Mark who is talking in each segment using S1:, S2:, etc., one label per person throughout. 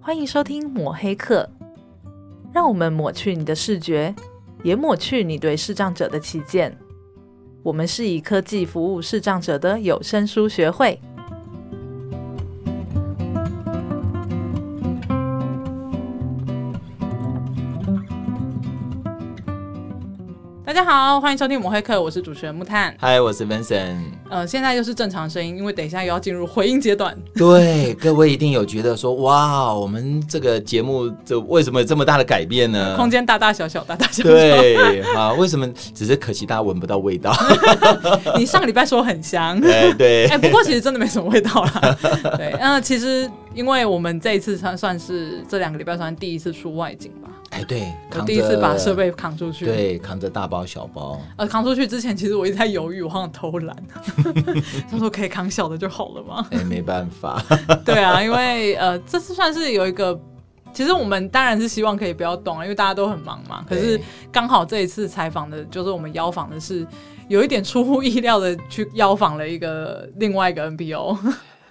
S1: 欢迎收听抹黑课，让我们抹去你的视觉，也抹去你对视障者的偏见。我们是以科技服务视障者的有声书学会。大家好，欢迎收听抹黑课，我是主持人木炭。
S2: 嗨，我是 Vincent。
S1: 呃，现在又是正常声音，因为等一下又要进入回音阶段。
S2: 对，各位一定有觉得说，哇，我们这个节目这为什么有这么大的改变呢？
S1: 空间大大小小，大大小小。
S2: 嗯对啊，为什么？只是可惜大家闻不到味 道。
S1: 你上个礼拜说很香，
S2: 对对
S1: 哎、，不过其实真的没什么味道啦。 对，嗯、其实因为我们这一次算算是这两个礼拜算第一次出外景吧，
S2: 哎对，
S1: 我
S2: 扛
S1: 第一次
S2: 着
S1: 把设备扛出去。。
S2: 对扛着大包小包，
S1: 呃，扛出去之前，其实我一直在犹豫，我好想偷 懒。他说可以扛小的就好了嘛。
S2: 哎，没办法，
S1: 对啊，因为呃，这次算是有一个，其实我们当然是希望可以不要动啊，因为大家都很忙嘛。可是
S2: 对
S1: 刚好这一次采访的，就是我们邀访的是有一点出乎意料的去邀访了一个另外一个 NPO。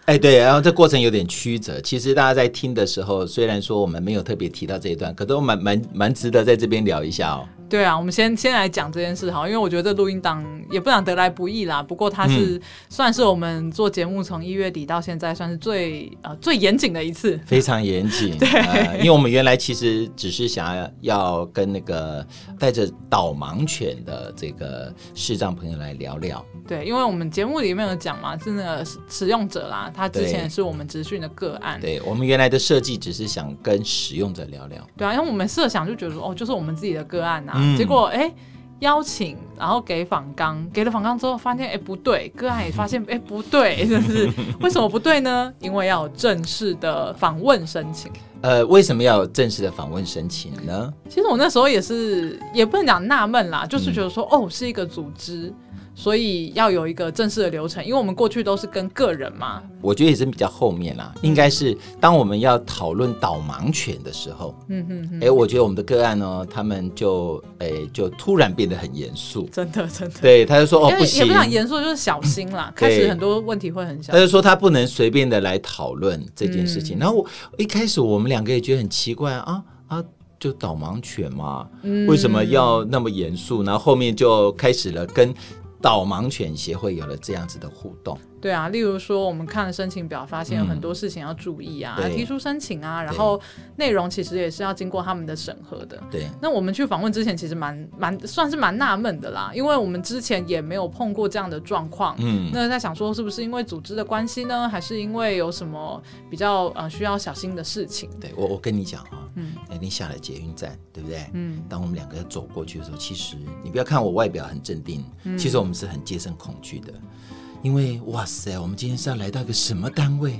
S2: 哎对，然后这过程有点曲折。其实大家在听的时候，虽然说我们没有特别提到这一段，可都蛮蛮蛮值得在这边聊一下哦。
S1: 对啊，我们先先来讲这件事好，因为我觉得这录音档也不想得来不易啦。不过它是、算是我们做节目从一月底到现在，算是最呃最严谨的一次。
S2: 非常严 谨，对、呃，因为我们原来其实只是想要要跟那个带着导盲犬的这个视障朋友来聊聊，
S1: 对，因为我们节目里面有讲嘛，是那个使使用者啦，他之前
S2: 对
S1: 是我们职训的个案。
S2: 对我们原来的设计只是想跟使用者聊聊，
S1: 对啊，因为我们设想就觉得说，哦，就是我们自己的个案啊。
S2: 嗯
S1: 结果哎、诶邀请，然后给访纲，给了访纲之后发现，哎、不对，个案也发现，哎、不对， 真是为什么不对呢？因为要有正式的访问申请。
S2: 呃，为什么要有正式的访问申请呢？
S1: 其实我那时候也是，也不能讲纳闷啦，就是觉得说，
S2: 嗯
S1: 哦，是一个组织，所以要有一个正式的流程，因为我们过去都是跟个人嘛，
S2: 我觉得也是比较后面啦，
S1: 嗯
S2: 应该是当我们要讨论导盲犬的时候，
S1: 嗯哼哼，
S2: 哎、我觉得我们的个案呢，他们就哎、就突然变得很严肃，
S1: 真的真的，
S2: 对，他就说哦
S1: 因为
S2: 不
S1: 也
S2: 行
S1: 不，想严肃，就是小心啦，开
S2: 对
S1: 始很多问题会很小
S2: 他，就说他不能随便的来讨论这件事情。然后我一开始我们两个也觉得很奇怪啊啊，就导盲犬嘛，为什么要那么严肃？然后后面就开始了跟导盲犬协会有了这样子的互动。
S1: 对啊，例如说我们看了申请表，发现有很多事情要注意啊，
S2: 嗯对
S1: 提出申请啊，然后内容其实也是要经过他们的审核的。
S2: 对，
S1: 那我们去访问之前，其实蛮蛮算是蛮纳闷的啦，因为我们之前也没有碰过这样的状况。
S2: 嗯，
S1: 那在想说，是不是因为组织的关系呢，还是因为有什么比较呃需要小心的事情？
S2: 对我我跟你讲啊，
S1: 嗯
S2: 哎，你下了捷运站，对不对？
S1: 嗯，
S2: 当我们两个走过去的时候，其实你不要看我外表很镇定，
S1: 嗯
S2: 其实我们是很戒慎恐惧的。因为哇塞，我们今天是要来到一个什么 单位，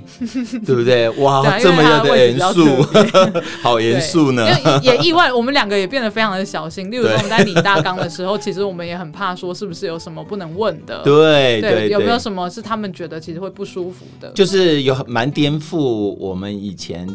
S2: 对不对？
S1: 对啊
S2: 哇，
S1: 因为
S2: 这么样
S1: 它的
S2: 的
S1: 位置比
S2: 严
S1: 较
S2: 肃
S1: 特，
S2: 好严肃呢。
S1: 对因为也也意外，我们两个也变得非常的小心。例如说，我们在理大纲的时候，其实我们也很怕说是不是有什么不能问 的，
S2: 对对
S1: 有没有
S2: 对，
S1: 什么是他们觉得其实会不舒服的？
S2: 就是有很蛮颠覆我们以前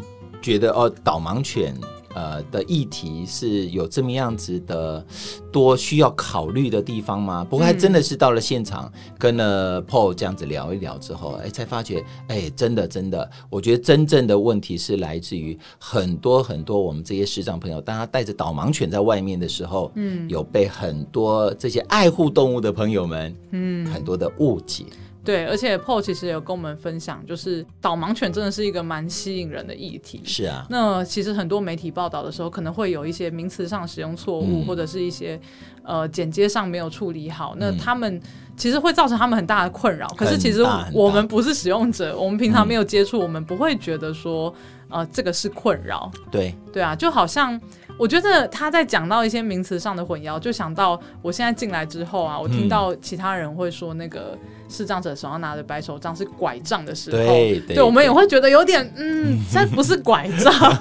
S2: 觉得哦，导盲犬呃的议题是有这么样子的多需要考虑的地方吗？不过还真的是到了现场跟了 Paul 这样子聊一聊之后，哎，才发觉哎，真的真的，我觉得真正的问题是来自于很多很多我们这些视障朋友，当他带着导盲犬在外面的时候，嗯，有被很多这些爱护动物的朋友们，嗯，很多的误解。
S1: 对，而且 Paul 其实有跟我们分享，就是导盲犬真的是一个蛮吸引人的议题。
S2: 是啊，
S1: 那其实很多媒体报道的时候，可能会有一些名词上使用错误，
S2: 嗯
S1: 或者是一些呃剪接上没有处理好，那他们其实会造成他们很大的困扰。可是其实
S2: 嗯很大很嗯大
S1: 我们不是使用者，我们平常没有接触，我们不会觉得说呃这个是困扰。
S2: 对，
S1: 对啊，就好像我觉得他在讲到一些名词上的混淆，就想到我现在进来之后啊，我听到其他人会说那个视障者手上拿着白手杖是拐杖的时候，
S2: 对对
S1: 我们也会觉得有点 嗯，这不是拐杖，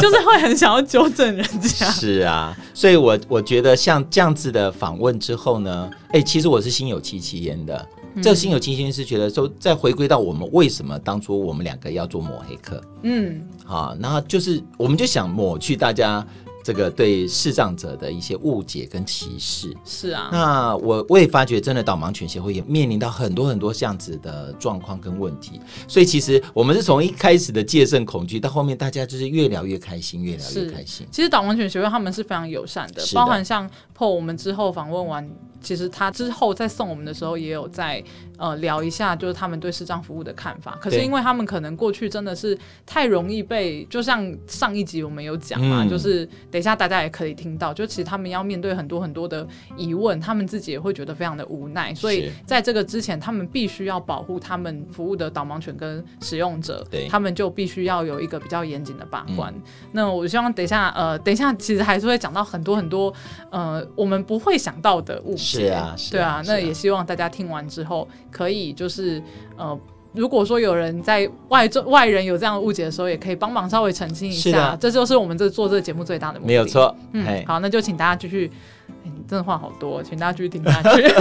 S1: 就是会很想要纠正人家。
S2: 是啊，所以我我觉得像这样子的访问之后呢，哎，其实我是心有戚戚焉的。
S1: 嗯
S2: 这个心有戚戚焉是觉得说，再回归到我们为什么当初我们两个要做抹黑课
S1: 嗯，
S2: 啊，然后就是我们就想抹去大家。这个对视障者的一些误解跟歧视。
S1: 是啊，
S2: 那我我也发觉，真的导盲犬协会也面临到很多很多这样子的状况跟问题，所以其实我们是从一开始的戒慎恐惧，到后面大家就是越聊越开心，越聊越
S1: 是
S2: 开心。
S1: 其实导盲犬协会他们是非常友善的，
S2: 是的
S1: 包含像 PO 我们之后访问完，其实他之后在送我们的时候也有在呃聊一下，就是他们对视障服务的看法。可是
S2: 对
S1: 因为他们可能过去真的是太容易被，就像上一集我们有讲嘛，
S2: 嗯
S1: 就是等一下大家也可以听到，就其实他们要面对很多很多的疑问，他们自己也会觉得非常的无奈，所以
S2: 是
S1: 在这个之前，他们必须要保护他们服务的导盲犬跟使用者
S2: 对，
S1: 他们就必须要有一个比较严谨的把关。那我希望等一下，呃，等一下，其实还是会讲到很多很多，呃，我们不会想到的误解。
S2: 是啊是啊
S1: 对啊。
S2: 是啊
S1: 那也希望大家听完之后，可以就是呃，如果说有人在外中外人有这样的误解的时候，也可以帮忙稍微澄清一
S2: 是
S1: 下
S2: 的。
S1: 这就是我们这做这个节目最大的目的。
S2: 没有。错，
S1: 嗯
S2: 哎，，
S1: 好，那就请大家继续。哎你真的话好多，请大家继续听下去。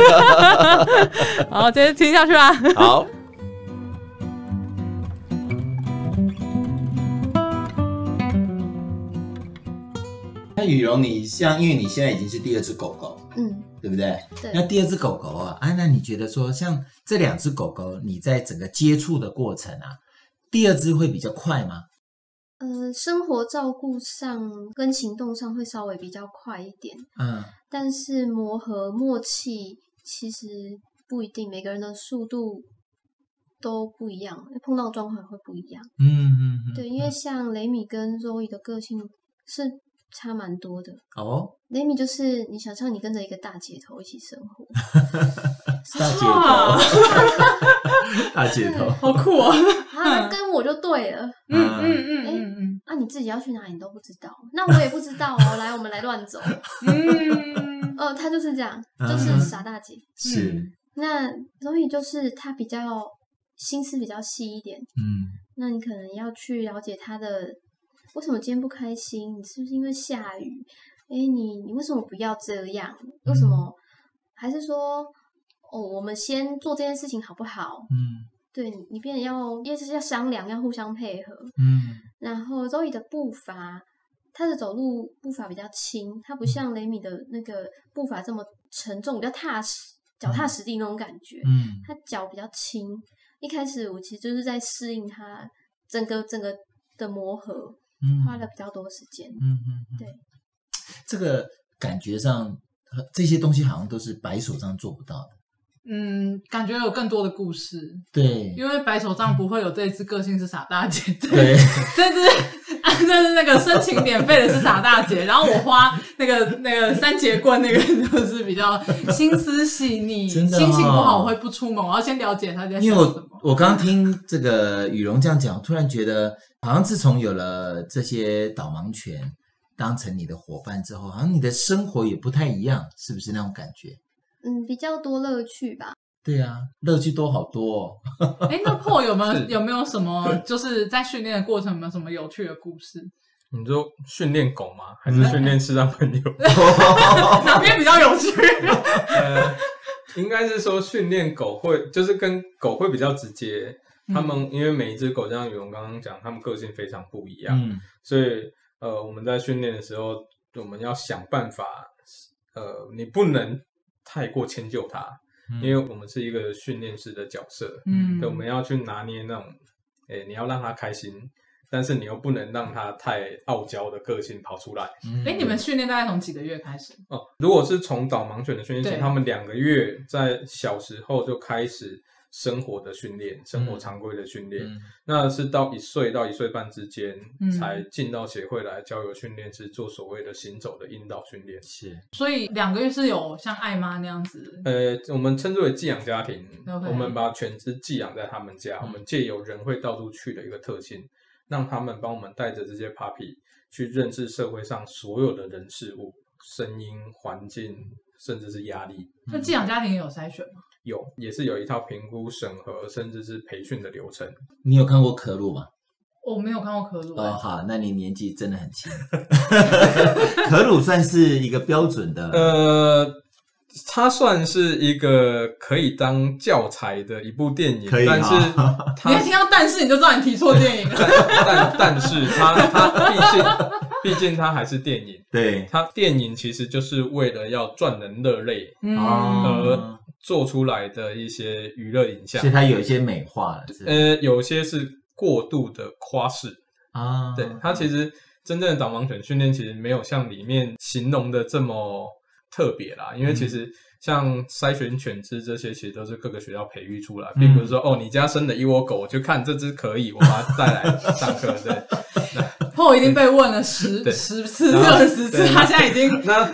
S1: 好，接着听下去啊。
S2: 好，那雨荣，你像因为你现在已经是第二只狗狗，
S3: 嗯，
S2: 对不对？
S3: 对
S2: 那第二只狗狗啊，啊，那你觉得说像这两只狗狗，你在整个接触的过程啊，第二只会比较快吗？
S3: 呃，生活照顾上跟行动上会稍微比较快一点，
S2: 嗯，
S3: 但是磨合默契其实不一定，每个人的速度都不一样，碰到状况也会不一样。
S2: 嗯嗯嗯，
S3: 对，因为像雷米跟 Zoe 的个性是差蛮多的。
S2: 哦，
S3: 雷米就是你想象你跟着一个大姐头一起生 活，
S2: 大姐
S1: 哇
S2: 头， 大姐头，
S3: 嗯
S1: 好酷啊！
S3: 啊，那跟我就对了。
S1: 嗯
S2: 嗯
S1: 嗯嗯
S3: 啊，你自己要去哪里你都不知道，那我也不知道 哦。来，我们来乱走。
S1: 嗯嗯，
S3: 呃，她就是这样，
S2: 嗯
S3: 就是傻大姐。
S2: 是，
S3: 那所以就是他比较心思比较细一点，
S2: 嗯
S3: 那你可能要去了解他的为什么今天不开心，你是不是因为下雨？哎，你你为什么不要这样？为什么？还是说，哦，我们先做这件事情好不好？
S2: 嗯
S3: 对你，你变得要，也是要商量，要互相配合。
S2: 嗯
S3: 然后 Zoe 的步伐，她的走路步伐比较轻，她不像雷米的那个步伐这么沉重，比较踏实，脚踏实地那种感觉。
S2: 嗯
S3: 他脚比较轻。一开始我其实就是在适应他整个整个的磨合，
S2: 嗯
S3: 花了比较多时间。
S2: 嗯嗯，嗯
S3: 对，
S2: 这个感觉上，呃这些东西好像都是白手上做不到的。
S1: 嗯，感觉有更多的故事，
S2: 对，
S1: 因为白手杖不会有这一只个性是傻大姐，
S2: 对，
S1: 这只啊，那是那个申请免费的是傻大姐，然后我花那个那个三节棍那个就是比较心思细腻，
S2: 真的哦
S1: 心情不好我会不出门，我要先了解他在
S2: 因
S1: 想
S2: 为
S1: 什
S2: 我
S1: 么。
S2: 我刚听这个雨荣这样讲，我突然觉得好像自从有了这些导盲犬当成你的伙伴之后，好像你的生活也不太一样，是不是那种感觉？
S3: 嗯，比较多乐趣吧。
S2: 对啊，乐趣都好多、哦。
S1: 哎，那 p 有没 有有没有什么就是在训练的过程有没有什么有趣的故事？
S4: 你说训练狗吗？还
S2: 嗯
S4: 是训练视障朋友？
S2: 哦
S1: 哪边比较有 趣？
S4: 呃，应该是说训练狗会，就是跟狗会比较直接。
S2: 嗯
S4: 他们因为每一只狗，就像宇龙刚刚讲，他们个性非常不一样，
S2: 嗯
S4: 所以呃，我们在训练的时候，我们要想办法，呃，你不能太过迁就它，
S2: 嗯
S4: 因为我们是一个训练师的角色，
S1: 嗯
S4: 对，我们要去拿捏那种，诶、你要让它开心，但是你又不能让它太傲娇的个性跑出来。
S2: 嗯
S1: 哎，你们训练大概从几个月开始？
S4: 哦，如果是从导盲犬的训练
S1: 对
S4: 前，他们两个月在小时候就开始生活的训练，生活常规的训练，
S2: 嗯
S4: 那是到一岁到一岁半之间、
S1: 嗯
S4: 才进到协会来交流训练，是做所谓的行走的引导训练。
S2: 是
S1: 所以两个月是有像艾妈那样
S2: 嗯
S1: 子，
S4: 呃，我们称之为寄养家庭
S1: OK
S4: 我们把犬只寄养在他们家，
S2: 嗯
S4: 我们借由人会到处去的一个特性，让他们帮我们带着这些 puppy 去认识社会上所有的人事物、声音、环境，甚至是压力。
S1: 那寄养家庭也有筛选吗？
S4: 有，也是有一套评估、审核，甚至是培训的流程。
S2: 你有看过可鲁吗？
S1: 我没有看过可鲁、
S2: 哦，好，那你年纪真的很 轻。可鲁算是一个标准的，
S4: 呃，它算是一个可以当教材的一部电影，
S2: 可以
S4: 但是
S2: 哈
S1: 你一听
S4: 它
S1: 到但是你就知道你提错电影了。
S4: 但但但是它它毕竟毕竟它还是电影，
S2: 对，
S4: 它电影其实就是为了要赚人热泪
S2: 哦
S4: 而做出来的一些娱乐影像
S2: 所以。它有一些美化了，是
S4: 呃，有些是过度的夸饰，
S2: 啊，
S4: 对它其实真正的导盲犬训练其实没有像里面形容的这么特别啦，因为其实像筛选犬只这些，其实都是各个学校培育出来，并不是说哦你家生了一窝狗，我就看这只可以，我把它带来上课。对，
S1: 后已经被问了十
S4: 对
S1: 十次、
S4: 然后
S1: 二十次，
S4: 对
S1: 他现在已 经
S4: 那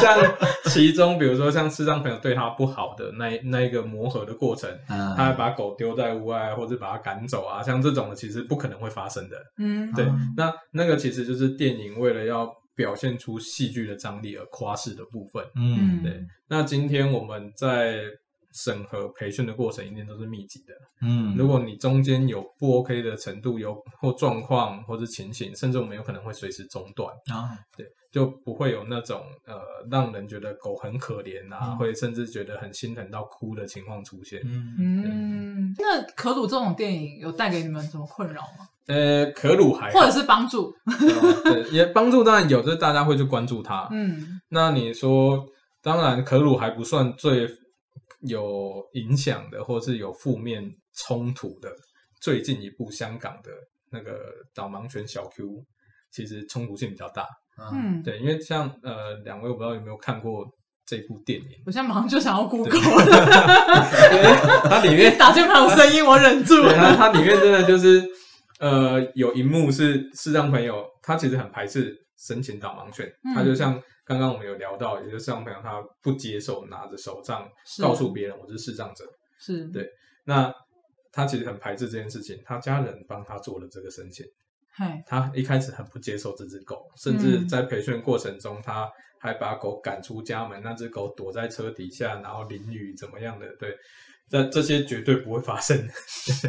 S4: 像其中比如说像视障朋友对它不好的那一那一个磨合的过程，
S2: 嗯，
S4: 他把狗丢在屋外，或者把它赶走啊，像这种的其实不可能会发生的。
S1: 嗯
S4: 对
S2: 啊，
S4: 那那个其实就是电影为了要表现出戏剧的张力而夸饰的部分。
S2: 嗯
S4: 对，那今天我们在审核培训的过程一定都是密集的。
S2: 嗯，
S4: 如果你中间有不 OK 的程度，有或状况或者情形，甚至我们有可能会随时中断，
S2: 啊
S4: 就不会有那种呃让人觉得狗很可怜啊，
S2: 嗯
S4: 会甚至觉得很心疼到哭的情况出现。
S2: 嗯
S1: 嗯。那可鲁这种电影有带给你们什么困扰吗？
S2: 嗯
S4: 呃，可鲁还好
S1: 或者是帮助？
S4: 对，也帮助当然有，就是大家会去关注 它。
S1: 嗯
S4: 那你说，当然可鲁还不算最有影响的，或是有负面冲突的。最近一部香港的那个导盲犬小 Q，其实冲突性比较大。
S2: 嗯
S1: 嗯，，
S4: 对，因为像呃，两位我不知道有没有看过这部电影
S1: 我现在马上就想要 Google
S4: 对
S1: 了，
S4: 因为它里 面
S1: 打键盘有声音，我忍住
S4: 对啊
S1: 了。
S4: 它它里面真的就是呃，有一幕是视障朋友，他其实很排斥申请导盲犬，
S1: 嗯
S4: 他就像刚刚我们有聊到，也就是视障朋友他不接受拿着手杖
S1: 是
S4: 告诉别人我是视障者，
S1: 是，
S4: 对那他其实很排斥这件事情，他家人帮他做了这个申请，
S1: 嗨，
S4: 他一开始很不接受这只狗，甚
S1: 嗯
S4: 至在培训过程中，他还把狗赶出家门，那只狗躲在车底下，然后淋雨怎么样的，对，这这些绝对不会发生。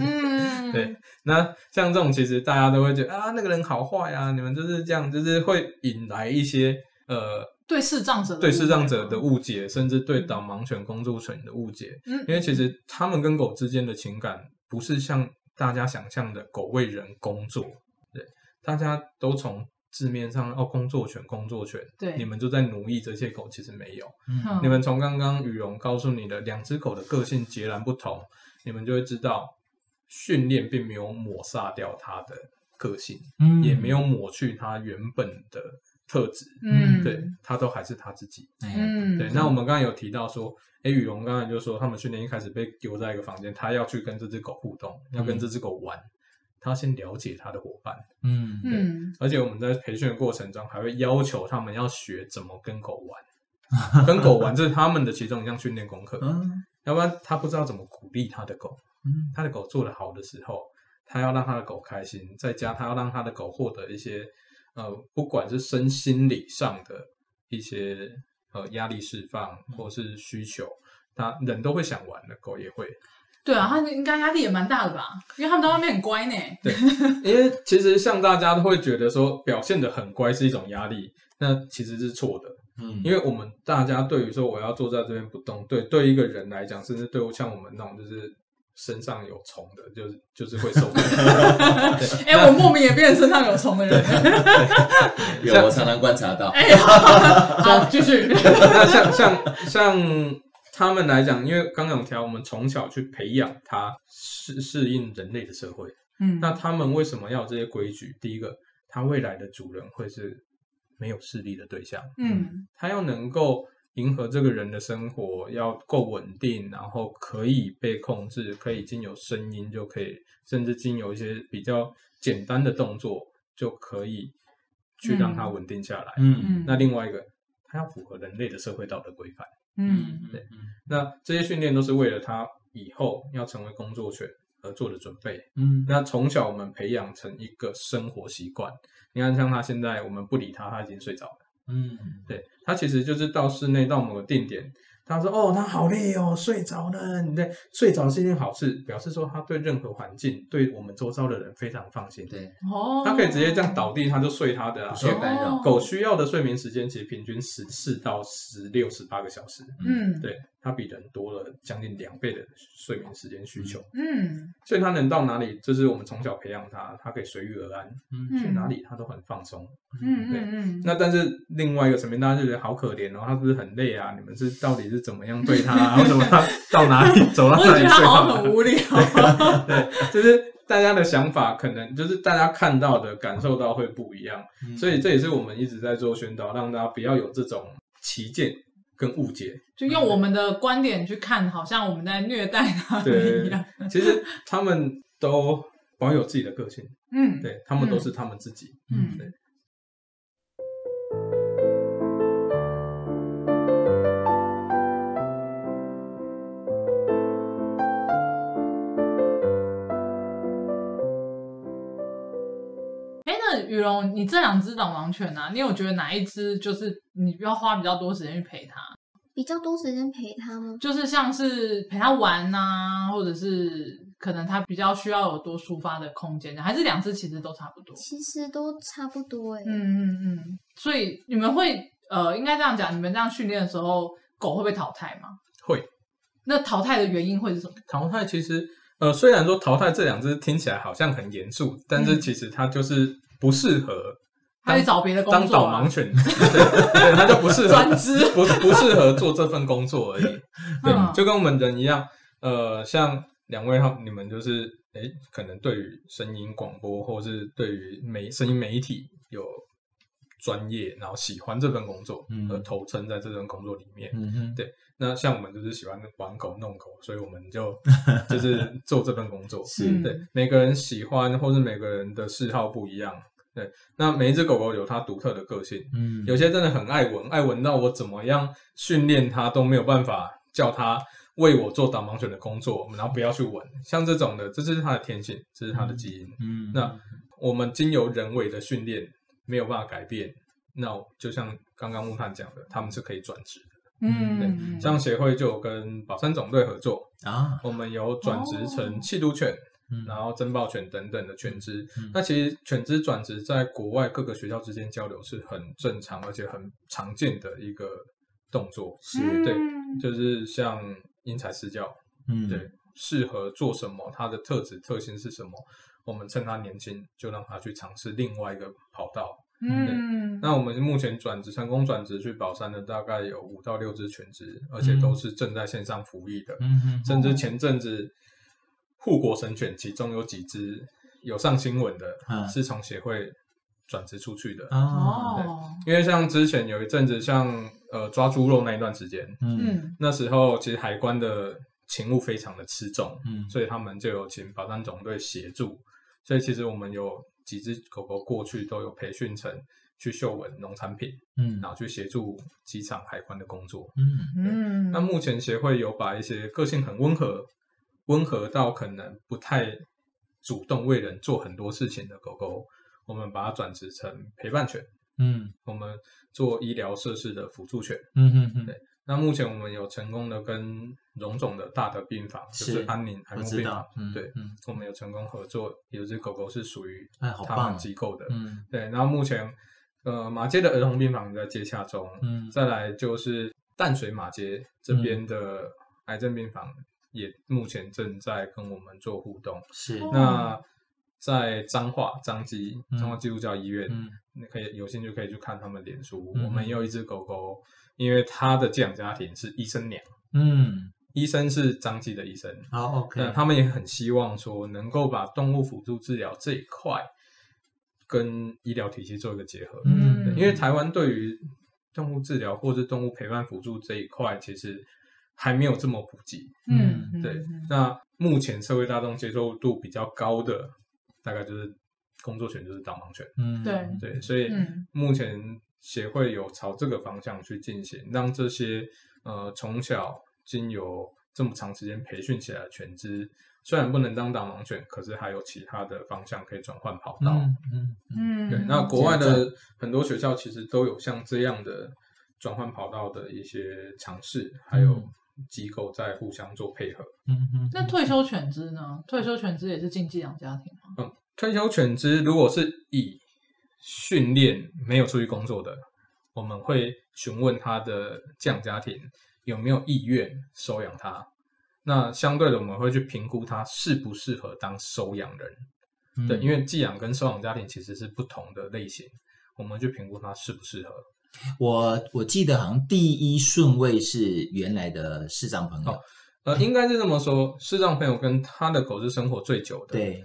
S1: 嗯，
S4: 对，那像这种，其实大家都会觉得啊，那个人好坏啊，你们就是这样，就是会引来一些呃
S1: 对视障者的
S4: 对
S1: 误解
S4: 视障者的
S1: 吗
S4: 误解，甚至对导盲犬、工作犬的误解。
S1: 嗯
S4: 因为其实他们跟狗之间的情感，不是像大家想象的狗为人工作，对，大家都从字面上哦，工作犬、工作犬，
S1: 对
S4: 你们就在奴役这些狗，其实没有。
S1: 嗯
S4: 你们从刚刚雨荣告诉你的两只狗的个性截然不同，你们就会知道，训练并没有抹杀掉它的个性，
S2: 嗯
S4: 也没有抹去它原本的特质，
S1: 嗯
S4: 对，它都还是它自己。
S1: 嗯
S4: 对，那我们刚刚有提到说，诶，雨荣刚才就说他们训练一开始被丢在一个房间，他要去跟这只狗互动，要跟这只狗玩，他先了解他的伙伴，
S2: 嗯
S1: 嗯
S4: 而且我们在培训的过程中还会要求他们要学怎么跟狗 玩，跟狗玩这是他们的其中一项训练功课。
S2: 嗯
S4: 要不然他不知道怎么鼓励他的狗。
S2: 嗯
S4: 他的狗做得好的时候，他要让他的狗开心，再加他要让他的狗获得一些呃，不管是身心理上的一些呃压力释放
S2: 嗯
S4: 或是需求，他人都会想玩的，狗也 会。
S1: 对啊，他应该压力也蛮大的吧？因为他们在外面很乖呢。
S4: 因为其实像大家都会觉得说表现得很乖是一种压力，那其实是错的。
S2: 嗯
S4: 因为我们大家对于说我要坐在这边不动，对对一个人来讲，甚至对我像我们那种就是身上有虫的，就是就是会受不了。
S1: 哎、我莫名也变成身上有虫的人了。
S5: 有，我常常观察到。
S1: 哎、好， 好，继续。
S4: 那像像像他们来讲，因为刚刚有条，我们从小去培养他适适应人类的社会。
S1: 嗯，
S4: 那他们为什么要有这些规矩？第一个，他未来的主人会是没有势力的对象。
S1: 嗯
S4: 他要能够迎合这个人的生活，要够稳定，然后可以被控制，可以经由声音就可以，甚至经由一些比较简单的动作就可以去让他稳定下来。
S2: 嗯
S1: 嗯，
S4: 那另外一个，他要符合人类的社会道德规范。
S1: 嗯
S4: 对那这些训练都是为了他以后要成为工作犬而做的准备。
S2: 嗯
S4: 那从小我们培养成一个生活习惯。你看，像他现在，我们不理他，他已经睡着了。
S2: 嗯
S4: 对，它其实就是到室内到某个定点，他说：“哦，他好累哦，睡着了。你在睡着是一件好事，表示说他对任何环境，对我们周遭的人非常放心。
S5: 对，
S1: 哦，
S4: 他可以直接这样倒地，他就睡他的啊。
S5: 不受干
S1: 哦
S5: 扰。
S4: 狗需要的睡眠时间其实平均十四到十六、十八个小时，
S1: 嗯
S4: 对，它比人多了将近两倍的睡眠时间需求，
S1: 嗯
S4: 所以它能到哪里，就是我们从小培养它，它可以随遇而安，
S1: 嗯
S4: 去哪里它都很放松。
S1: 嗯
S4: 对
S1: 嗯嗯，
S4: 那但是另外一个层面，大家就觉得好可怜哦，它是不是很累啊？你们是到底是怎么样对它、啊？为什么 它到哪里走到
S1: 我也觉
S4: 哪里
S1: 得他
S4: 睡
S1: 好
S4: 到
S1: 像
S4: 哪
S1: 很
S4: 里？
S1: 无聊。
S4: 对， 啊就是大家的想法可能就是大家看到的、感受到会不一样。
S1: 嗯
S4: 所以这也是我们一直在做宣导，让大家不要有这种歧见跟 误解。
S1: 就用我们的观点去看，好像我们在虐待他们一
S4: 对
S1: 样。，
S4: 其实他们都保有自己的个性，
S1: 嗯，
S4: 对他们都是他们自己。
S1: 嗯
S4: 对。
S1: 哎，那雨龙，你这两只导盲犬啊，你有觉得哪一只就是你要花比较多时间去陪它？
S3: 比较多时间陪他吗？
S1: 就是像是陪它玩呐、或者是可能它比较需要有多抒发的空间，还是两只其实都差不多。
S3: 其实都差不多哎、
S1: 嗯嗯嗯，所以你们会呃，应该这样讲，你们这样训练的时候，狗会被淘汰吗？
S4: 会
S1: 那淘汰的原因会是什么？
S4: 淘汰其实，呃，虽然说淘汰这两只听起来好像很严肃，但是
S1: 嗯
S4: 其实它就是不适合
S1: 他去找别的工作、
S4: 当导盲，犬， 对，对它就不适合
S1: 转职
S4: 不不适合做这份工作而已。
S1: 嗯
S4: 对，就跟我们人一样，呃，像两位他你们就是，哎，可能对于声音广播或是对于媒声音媒体有专业，然后喜欢这份工作，
S2: 嗯
S4: 而投身在这份工作里面。
S2: 嗯哼，
S4: 那像我们就是喜欢玩狗弄狗，所以我们 就就是做这份工作。
S1: 嗯
S4: 对，每个人喜欢或是每个人的嗜好不一样。对，那每一只狗狗有它独特的个性，
S2: 嗯
S4: 有些真的很爱闻，爱闻到我怎么样训练它都没有办法叫它为我做导盲犬的工作，然后不要去闻。像这种的，这就是它的天性，这是它的基因。
S2: 嗯
S4: 那我们经由人为的训练没有办法改变，那就像刚刚木炭讲的，他们是可以转职的。
S1: 嗯，
S4: 像协会就有跟宝山总队合作，
S2: 啊，
S4: 我们有转职成气度犬，
S2: 嗯
S4: 然后珍宝犬等等的犬只。
S2: 嗯
S4: 那其实犬只转职在国外各个学校之间交流是很正常而且很常见的一个动作。是
S1: 嗯
S4: 对，就是像因材施教，
S2: 嗯
S4: 对，适合做什么，它的特质特性是什么，我们趁它年轻就让它去尝试另外一个跑道。
S1: 嗯，
S4: 那我们目前转职成功转职去宝山的大概有五到六只犬只，而且都是正在线上服役的。
S2: 嗯哼，
S4: 甚至前阵子护国神犬，其中有几只有上新闻的，
S2: 嗯
S4: 是从协会转职出去的。
S2: 啊，
S1: 哦，
S4: 因为像之前有一阵子像，呃抓猪肉那一段时间，
S2: 嗯
S1: 嗯
S4: 那时候其实海关的勤务非常的吃重，
S2: 嗯
S4: 所以他们就有请保山总队协助。所以其实我们有几只狗狗过去都有培训成去嗅闻农产品，
S2: 嗯
S4: 然后去协助机场海关的工作。
S2: 嗯
S1: 嗯，
S4: 那目前协会有把一些个性很温和、温和到可能不太主动为人做很多事情的狗狗，我们把它转职成陪伴犬，
S2: 嗯
S4: 我们做医疗设施的辅助犬。
S2: 嗯哼哼，
S4: 那目前我们有成功的跟荣总的大的病房，就是
S2: 是
S4: 安宁安
S2: 我
S4: 宁
S2: 知
S4: 病房
S2: 道，，嗯
S4: 对，
S2: 嗯
S4: 我们有成功合作，有只狗狗是属于
S2: 哎好
S4: 他
S2: 棒
S4: 们
S2: 哦
S4: 机构的，
S2: 嗯
S4: 对。然后目前呃马街的儿童病房也在接洽中，
S2: 嗯
S4: 再来就是淡水马街这边的癌症病房，也目前正在跟我们做互动。
S2: 是
S1: 哦
S4: 那在彰化彰基
S2: 嗯
S4: 彰化基督教医院，
S2: 嗯
S4: 你可以有兴趣可以去看他们脸书。
S2: 嗯
S4: 我们也有一只狗狗，因为它的寄养家庭是医生娘，
S2: 嗯
S4: 医生是彰基的医生，
S2: 好 OK，
S4: 那他们也很希望说能够把动物辅助治疗这一块跟医疗体系做一个结合。
S2: 嗯
S4: 对因为台湾对于动物治疗或是动物陪伴辅助这一块，其实还没有这么普及。
S1: 嗯
S4: 对，那目前社会大众接受度比较高的，大概就是工作犬，就是导盲犬。
S2: 嗯
S1: 对
S4: 对，所以
S1: 嗯
S4: 目前协会有朝这个方向去进行，让这些呃从小经由这么长时间培训起来的犬只，虽然不能当导盲犬，可是还有其他的方向可以转换跑道。
S2: 嗯嗯
S1: 嗯，
S4: 对，那国外的很多学校其实都有像这样的转换跑道的一些尝试，还有
S2: 嗯
S4: 机构在互相做配合。
S2: 嗯嗯
S1: 那退休犬只呢？退休犬只也是进寄养家庭吗？
S4: 退休犬只如果是以训练没有出去工作的，我们会询问他的寄养家庭有没有意愿收养它。那相对的，我们会去评估它适不适合当收养人。
S2: 嗯
S4: 对，因为寄养跟收养家庭其实是不同的类型，我们去评估它适不适合。嗯
S2: 我我记得好像第一顺位是原来的市长朋友，
S4: 哦呃，应该是这么说，视障朋友跟他的狗是生活最久的。，
S2: 对，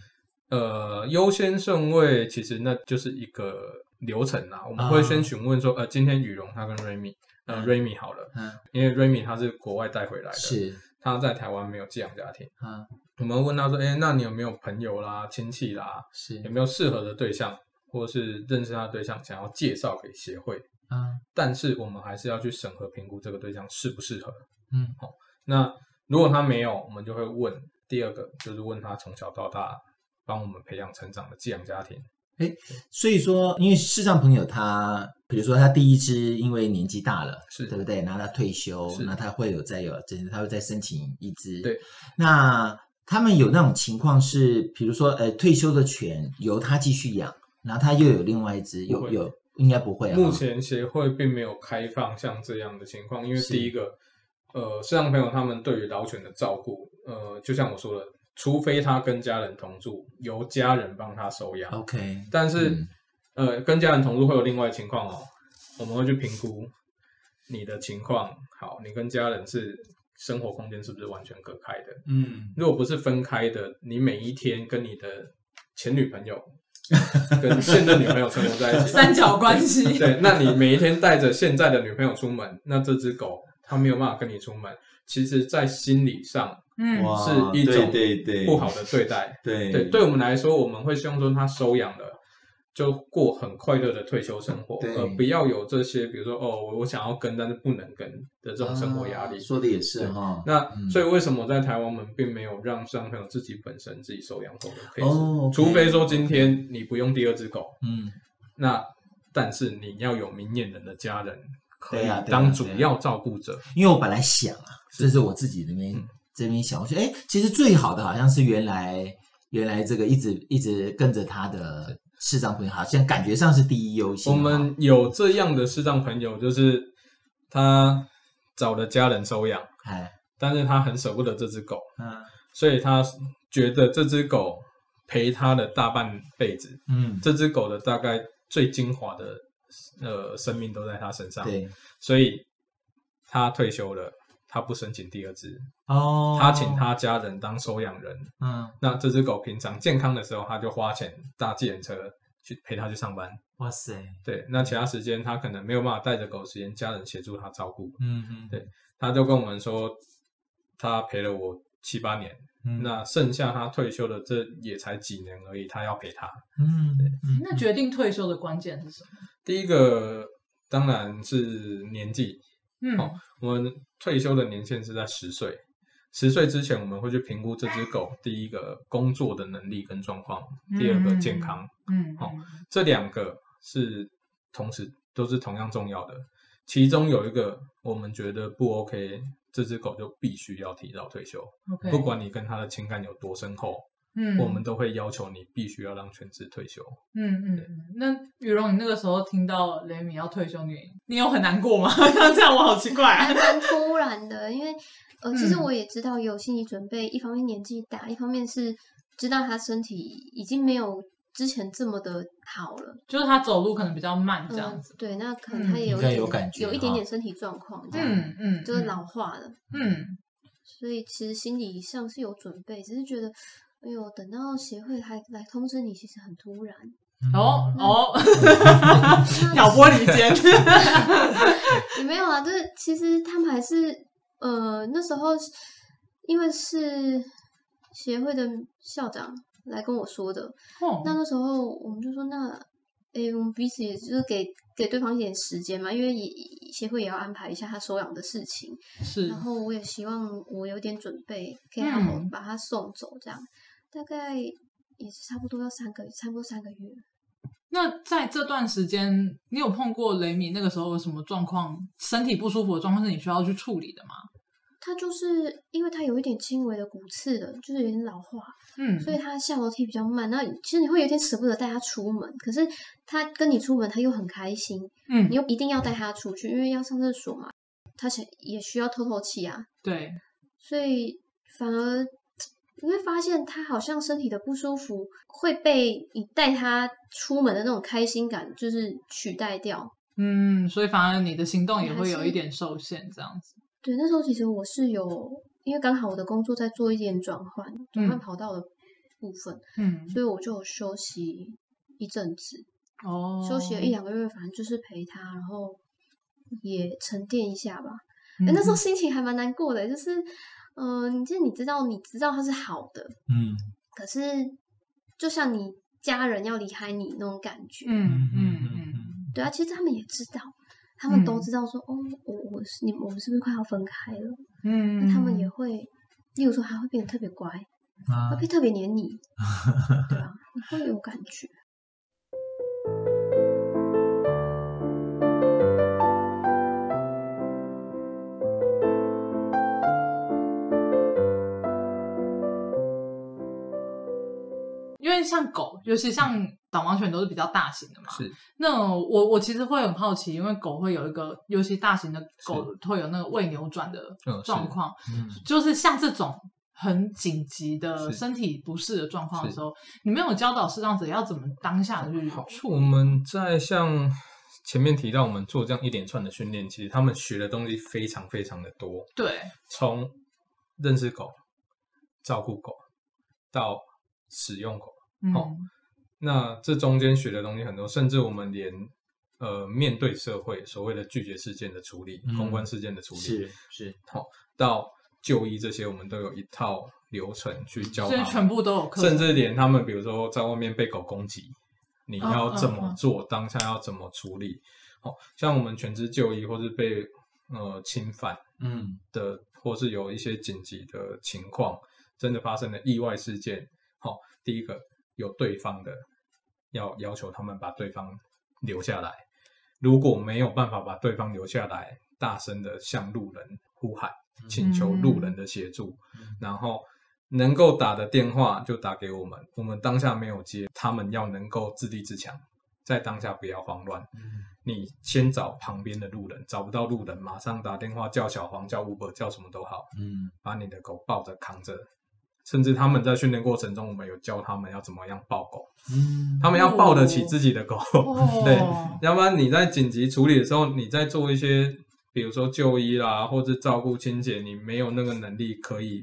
S4: 呃，优先顺位其实那就是一个流程啦。我们会先询问说，呃，今天羽绒它跟瑞米，呃，
S2: 啊嗯
S4: 瑞米好了，
S2: 嗯，
S4: 因为瑞米它是国外带回来的，
S2: 是，
S4: 它在台湾没有寄养家庭。
S2: 嗯，
S4: 我们问他说，哎，那你有没有朋友啦、亲戚啦，
S2: 是，
S4: 有没有适合的对象，或是认识他的对象，想要介绍给协会？
S2: 嗯
S4: 但是我们还是要去审核评估这个对象适不适合。
S2: 嗯，
S4: 好、那如果他没有，我们就会问第二个，就是问他从小到大帮我们培养成长的寄养家庭。
S2: 所以说，因为视障朋友他，比如说他第一只，因为年纪大了，
S4: 是
S2: 对不啊对？然后他退休，
S4: 是
S2: 那他会有再有，就是他会再申请一只。
S4: 对，
S2: 那他们有那种情况是，比如说，呃，退休的犬由他继续养，然后他又有另外一只，
S4: 不
S2: 有
S4: 会
S2: 有应该不会、啊。
S4: 目前协会并没有开放像这样的情况，因为
S2: 是
S4: 第一个，呃，视障朋友他们对于老犬的照顾，呃，就像我说的，除非他跟家人同住，由家人帮他收
S2: 哦
S4: 养。
S2: OK，
S4: 但是、
S2: 嗯
S4: 呃，跟家人同住会有另外的情况哦，我们会去评估你的情况。好，你跟家人是生活空间是不是完全隔开的？
S2: 嗯，
S4: 如果不是分开的，你每一天跟你的前女朋友跟现任女朋友生活在一起，
S1: 三角关系
S4: 对，那你每一天带着现在的女朋友出门，那这只狗它没有办法跟你出门，其实在心理上
S1: 嗯
S2: 哇
S4: 是一种
S5: 对对对
S4: 不好的对待。
S5: 对
S4: 对，对我们来说，我们会希望说他收养了，就过很快乐的退休生活，
S2: 对
S4: 而不要有这些，比如说哦，我我想要跟，但是不能跟的这种生活压力。
S2: 啊说的也是哈。
S4: 那、
S2: 嗯
S4: 所以为什么在台湾我们并没有让上朋友自己本身自己收养狗的配置？
S2: 哦，OK
S4: 除非说今天你不用第二只狗，
S2: 嗯，
S4: 那但是你要有明眼人的家人可
S2: 对
S4: 以
S2: 啊对啊
S4: 当主
S2: 对啊
S4: 要照顾者。
S2: 因为我本来想啊，这是我自己那边
S4: 嗯
S2: 这边想，我说，哎，其实最好的好像是原来原来这个一直一直跟着他的市长朋友，好像感觉上是第一优先
S4: 我
S2: 哈。
S4: 们有这样的视障朋友，就是他找了家人收养。
S2: 哎，
S4: 但是他很舍不得这只狗，
S2: 嗯
S4: 所以他觉得这只狗陪他的大半辈子，
S2: 嗯，
S4: 这只狗的大概最精华的呃生命都在他身上，
S2: 对
S4: 所以他退休了，他不申请第二只，
S2: 哦
S4: 他请他家人当收养人。
S2: 嗯，
S4: 那这只狗平常健康的时候，他就花钱搭计程车去陪他去上班，
S2: 哇塞，
S4: 对，那其他时间他可能没有办法带着狗时间，家人协助他照顾，
S2: 嗯嗯
S4: 对他就跟我们说，他陪了我七八年。
S2: 嗯
S4: 那剩下他退休的这也才几年而已，他要陪他。
S2: 嗯 嗯
S1: 那决定退休的关键是什么？
S4: 第一个当然是年纪，
S1: 嗯，
S4: 哦我们退休的年限是在十岁。十岁之前，我们会去评估这只狗，第一个工作的能力跟状况，第二个健康，
S1: 嗯，
S4: 哦这两个是同时都是同样重要的。其中有一个我们觉得不 OK，这只狗就必须要提早退休，
S1: ，OK，
S4: 不，管你跟它的情感有多深厚，
S1: 嗯，
S4: 我们，都会要求你必须要让全职退休。
S1: 嗯嗯嗯。那羽绒，你那个时候听到雷米要退休，你你有很难过吗？ 像这样我好奇怪啊
S3: 还。蛮突然的，因为呃，其实
S1: 嗯
S3: 我也知道有心理准备，一方面年纪大，一方面是知道他身体已经没有之前这么的好了，
S1: 就是他走路可能比较慢这样
S3: 嗯
S1: 子。
S3: 对，那可能他也有
S2: 嗯
S3: 一
S2: 应该
S3: 点
S2: 有感觉
S3: 有一点
S2: 哈
S3: 点身体状况，这样、
S1: 嗯嗯，
S3: 就是老化了，
S1: 嗯
S3: 所以其实心理上是有准备，只是觉得。哎呦，等到协会还来通知你，其实很突然。
S1: 嗯 哦哦，
S4: 嗯
S3: 那
S1: 挑拨离 间。
S3: 也没有啊，就是其实他们还是呃那时候是因为是协会的校长来跟我说的，
S1: 哦
S3: 那那时候我们就说那，诶、我们彼此也就是给给对方一点时间嘛，因为也协会也要安排一下他收养的事情，
S1: 是
S3: 然后我也希望我有点准备，可以好好
S1: 嗯
S3: 把他送走，这样、大概也是差不多要三个，差不多三个月，
S1: 那在这段时间，你有碰过雷米那个时候有什么状况？身体不舒服的状况是你需要去处理的吗？
S3: 他就是因为他有一点轻微的骨刺的，就是有点老化，
S1: 嗯，
S3: 所以他下楼梯比较慢。那其实你会有点舍不得带他出门，可是他跟你出门，他又很开心，
S1: 嗯
S3: 你，又一定要带他出去，因为要上厕所嘛，他想也需要透透气啊。
S1: 对，
S3: 所以反而你会发现他好像身体的不舒服会被你带他出门的那种开心感就是取代掉。
S1: 嗯，所以反而你的行动也
S3: 还
S1: 会
S3: 是
S1: 有一点受限，这样子。
S3: 对，那时候其实我是有，因为刚好我的工作在做一点转换，转换
S1: 嗯
S3: 跑道的部分，
S1: 嗯，
S3: 所以我就有休息一阵子，
S1: 哦，
S3: 休息了一两个月，反正就是陪他，然后也沉淀一下吧。
S1: 嗯，
S3: 欸那时候心情还蛮难过的，就是，嗯、你就是你知道，你知道他是好的，
S2: 嗯，
S3: 可是就像你家人要离开你那种感觉，
S1: 嗯，嗯嗯嗯
S3: 对啊，其实他们也知道，他们
S1: 嗯
S3: 都知道说，哦，我我是你，我们是不是快要分开了？
S1: 嗯，
S3: 那他们也会，例如说，他会变得特别乖，
S2: 啊
S3: 会变得特别黏你， 对啊，你会有感觉。
S1: 因为像狗，尤其像导盲犬都是比较大型的嘛。
S4: 是。
S1: 那我我其实会很好奇，因为狗会有一个，尤其大型的狗会有那个胃扭转的
S4: 嗯是
S1: 状况，
S2: 嗯
S1: 就是像这种很紧急的
S4: 是
S1: 身体不适的状况的
S4: 是
S1: 时候，你们有教导视障者要怎么当下的去
S4: 好，
S1: 处
S4: 我
S1: 理？
S4: 们在像前面提到，我们做这样一连串的训练，其实他们学的东西非常非常的多，
S1: 对，
S4: 从认识狗、照顾狗到使用狗，
S1: 嗯
S4: 好那这中间学的东西很多，甚至我们连呃面对社会所谓的拒绝事件的处理、
S2: 嗯
S4: 公关事件的处理，
S2: 是是，
S4: 到就医这些，我们都有一套流程去教
S1: 所以
S4: 他
S1: 全
S4: 们，
S1: 部都有课程，
S4: 甚至连他们比如说在外面被狗攻击，你
S1: 嗯
S4: 要怎
S1: 嗯
S4: 么
S1: 嗯
S4: 做，当下要怎么处理，哦，像我们全职就医或是被呃侵犯。
S2: 嗯
S4: 的，或是有一些紧急的情况，真的发生了意外事件，好、第一个有对方的要要求他们把对方留下来，如果没有办法把对方留下来，大声的向路人呼喊，请求路人的协助，
S2: 嗯
S4: 然后。能够打的电话就打给我们，我们当下没有接，他们要能够自立自强，在当下不要慌乱，
S2: 嗯
S4: 你先找旁边的路人，找不到路人，马上打电话叫小黄、叫 Uber、叫什么都好，
S2: 嗯
S4: 把你的狗抱着扛着。甚至他们在训练过程中，我们有教他们要怎么样抱狗，
S2: 嗯，
S4: 他们要抱得起自己的狗。
S1: 哦
S4: 对，要不然你在紧急处理的时候，你在做一些，比如说就医啦，或者照顾清洁，你没有那个能力可以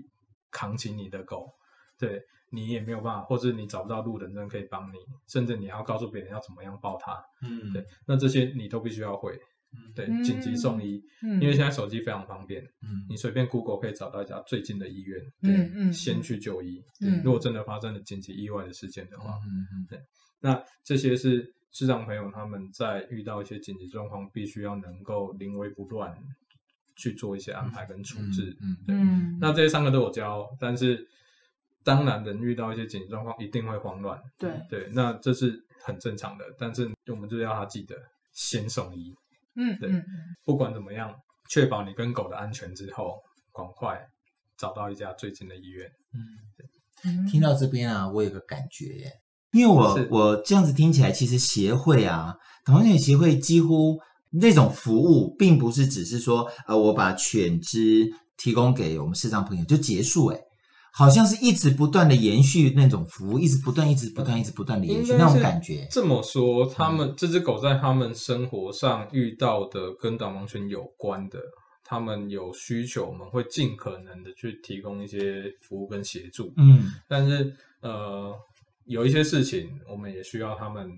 S4: 扛起你的狗，对你也没有办法，或者你找不到路人真的可以帮你，甚至你要告诉别人要怎么样抱它。
S2: 嗯
S4: 对，那这些你都必须要会
S2: 嗯。
S4: 对
S1: 嗯，
S4: 紧急送医，
S1: 嗯
S4: 因为现在手机非常方便，
S2: 嗯
S4: 你随便 Google 可以找到一家最近的医院，
S1: 嗯
S4: 对
S1: 嗯
S4: 先去就医。
S1: 嗯
S4: 对如果真的发生了紧急意外的事件的话，
S2: 嗯嗯
S4: 那这些是视障朋友他们在遇到一些紧急状况，必须要能够临危不乱去做一些安排跟处置。
S2: 嗯
S4: 对
S1: 嗯，
S4: 那这些三个都有教，但是当然人遇到一些紧急状况一定会慌乱，
S1: 对，
S4: 对，那这是很正常的，但是我们就要他记得先送医，
S1: 嗯
S4: 对
S1: 嗯
S4: 不管怎么样，确保你跟狗的安全之后，赶快找到一家最近的医院。
S2: 嗯。
S1: 嗯，
S2: 听到这边啊，我有个感觉耶，因为我
S4: 是
S2: 我这样子听起来，其实协会啊，导盲犬协会几乎那种服务，并不是只是说呃，我把犬只提供给我们视障朋友就结束，哎，好像是一直不断的延续那种服务，一直不断、一直不断、一直不断的延续
S4: 应该
S2: 那种
S4: 是
S2: 感觉。
S4: 这么说，他
S1: 嗯
S4: 们、这只狗在他们生活上遇到的跟导盲犬有关的，他们有需求，我们会尽可能的去提供一些服务跟协助。
S2: 嗯
S4: 但是呃，有一些事情我们也需要他们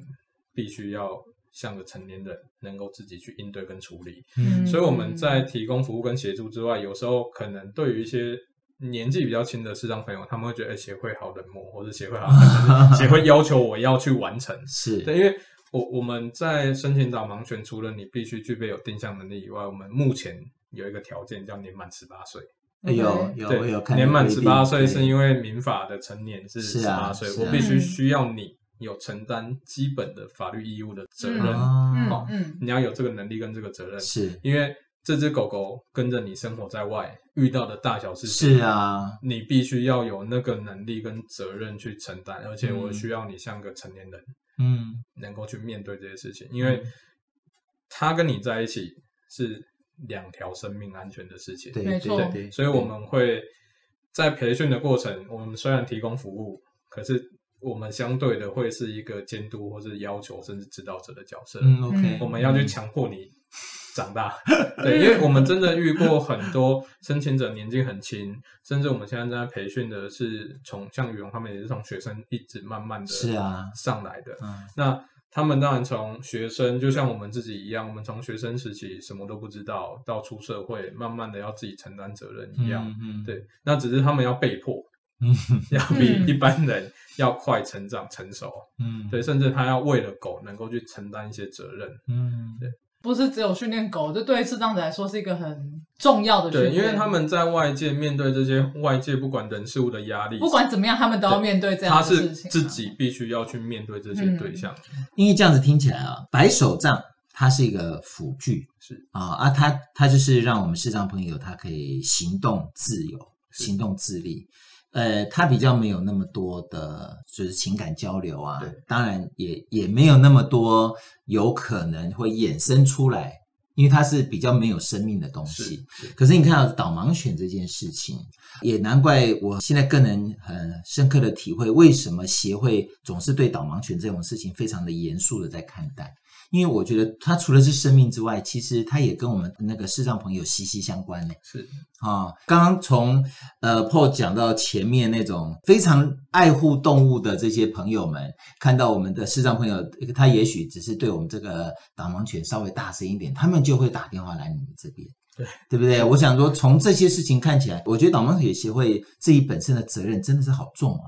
S4: 必须要像个成年人，能够自己去应对跟处理。
S1: 嗯
S4: 所以我们在提供服务跟协助之外，有时候可能对于一些年纪比较轻的视障朋友，他们会觉得、哎协会好冷漠，或者协 会好难，或者是协会要求我要去完成。
S2: 是，
S4: 对，因为我我们在申请导盲犬，除了你必须具备有定向能力以外，我们目前有一个条件叫年满十八岁。
S2: 哎有有我有
S4: 对，
S2: 看
S4: 年满
S2: 规
S4: 十
S2: 定
S4: 八岁是
S2: 对
S4: 因为民法的成年是
S2: 是
S4: 十
S2: 啊
S4: 八岁，
S2: 是
S4: 我
S2: 啊
S4: 必须需要你有承担基本的法律义务的责任。
S2: 啊，
S4: 好
S1: 嗯，
S4: 你要有这个能力跟这个责任，
S2: 是
S4: 因为这只狗狗跟着你生活在外，遇到的大小事情，
S2: 是，啊，
S4: 你必须要有那个能力跟责任去承担，而且我需要你像个成年人，
S2: 嗯，
S4: 能够去面对这些事情，因为它跟你在一起是两条生命安全的事情。
S2: 对
S1: 没
S2: 对
S1: 错
S2: 对
S4: 对，
S2: 对，
S4: 所以我们会在培训的过程，我们虽然提供服务，可是我们相对的会是一个监督或是要求甚至指导者的角色。
S2: 嗯，OK，
S4: 我们要去强迫你 长大，对，因为我们真的遇过很多申请者年纪很轻，甚至我们现在正在培训的是从像羽绒他们也是从学生一直慢慢的
S2: 是啊
S4: 上来的，
S2: 嗯
S4: 那他们当然从学生，就像我们自己一样，我们从学生时期什么都不知道，到出社会，慢慢的要自己承担责任一样。
S2: 嗯，
S4: 对，那只是他们要被 迫，
S2: 嗯
S4: 要比
S1: 嗯
S4: 一般人要快成长成熟，
S2: 嗯，
S4: 对，，甚至他要为了狗能够去承担一些责任。
S2: 嗯，
S1: 不是只有训练狗，这对视障者来说是一个很重要的训
S4: 对，
S1: 练，
S4: 因为他们在外界面对这些外界不管人事物的压力，
S1: 不管怎么样，他们都要面对这样
S4: 他
S1: 的
S4: 是
S1: 事情啊，
S4: 自己必须要去面对这些
S1: 嗯
S4: 对象。
S2: 因为这样子听起来啊，白手杖它是一个辅具，
S4: 是
S2: 啊啊，它它就是让我们视障朋友他可以行动自由、行动自立。呃，他比较没有那么多的，就是情感交流啊
S4: 对，
S2: 当然也也没有那么多有可能会衍生出来，因为它是比较没有生命的东西。可是你看到导盲犬这件事情，也难怪我现在更能很深刻的体会，为什么协会总是对导盲犬这种事情非常的严肃的在看待。因为我觉得它除了是生命之外，其实它也跟我们那个视障朋友息息相关呢。
S4: 是，
S2: 啊、刚刚从呃 Paul 讲到前面那种非常爱护动物的这些朋友们，看到我们的视障朋友，他也许只是对我们这个导盲犬稍微大声一点，他们就会打电话来你们这边。
S4: 对
S2: 对不对？我想说，从这些事情看起来，我觉得导盲犬协会自己本身的责任真的是好重哦，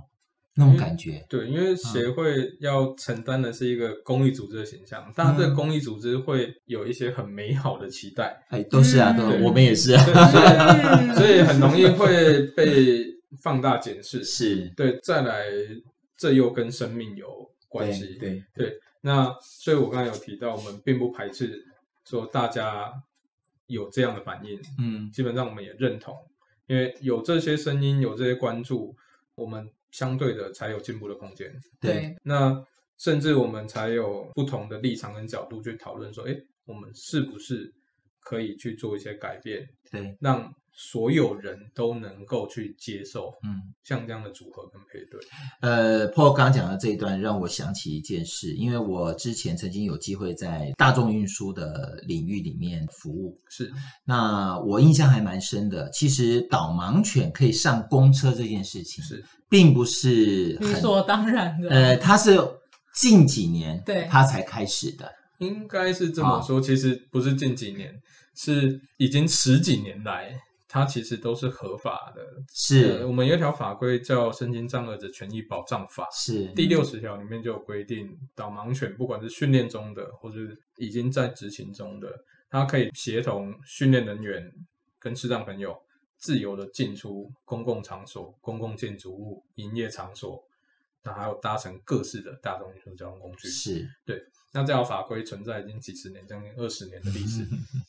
S2: 那
S4: 嗯
S2: 种感觉。
S4: 对，因为协会要承担的是一个公益组织的形象，大家
S2: 嗯
S4: 对公益组织会有一些很美好的期 待，
S2: 哎，都是啊，
S1: 嗯
S2: 都
S4: 对
S2: 我们也是啊，
S4: 对所以
S1: 嗯
S4: 所以很容易会被放大检视。
S2: 是
S4: 对，再来，这又跟生命有关系。
S2: 对对，
S4: 那所以我刚才有提到，我们并不排斥说大家有这样的反应，
S2: 嗯
S4: 基本上我们也认同，因为有这些声音，有这些关注，我们相对的才有进步的空间。
S1: 对，
S4: 那甚至我们才有不同的立场跟角度去讨论说，哎，我们是不是可以去做一些改变，
S2: 对，
S4: 让所有人都能够去接受
S2: 嗯。
S4: 像这样的组合跟配对。
S2: 呃，Paul 刚讲的这一段让我想起一件事，因为我之前曾经有机会在大众运输的领域里面服务，
S4: 是
S2: 那我印象还蛮深的。其实导盲犬可以上公车这件事情，
S4: 是
S2: 并不是
S1: 理
S2: 很
S1: 所当然的，
S2: 呃，它是近几年
S1: 对
S2: 它才开始的，
S4: 应该是这么说，其实不是近几年，是已经十几年来，它其实都是合法的。呃
S2: 是
S4: 我们有一条法规叫《身心障碍者权益保障法》，
S2: 是
S4: 第六十条里面就有规定，导盲犬不管是训练中的，或是已经在执勤中的，它可以协同训练人员跟视障朋友自由的进出公共场所、公共建筑物、营业场所，那还有搭乘各式的大众运输交通工具。
S2: 是
S4: 那这条法规存在已经几十年，将近二十年的历史。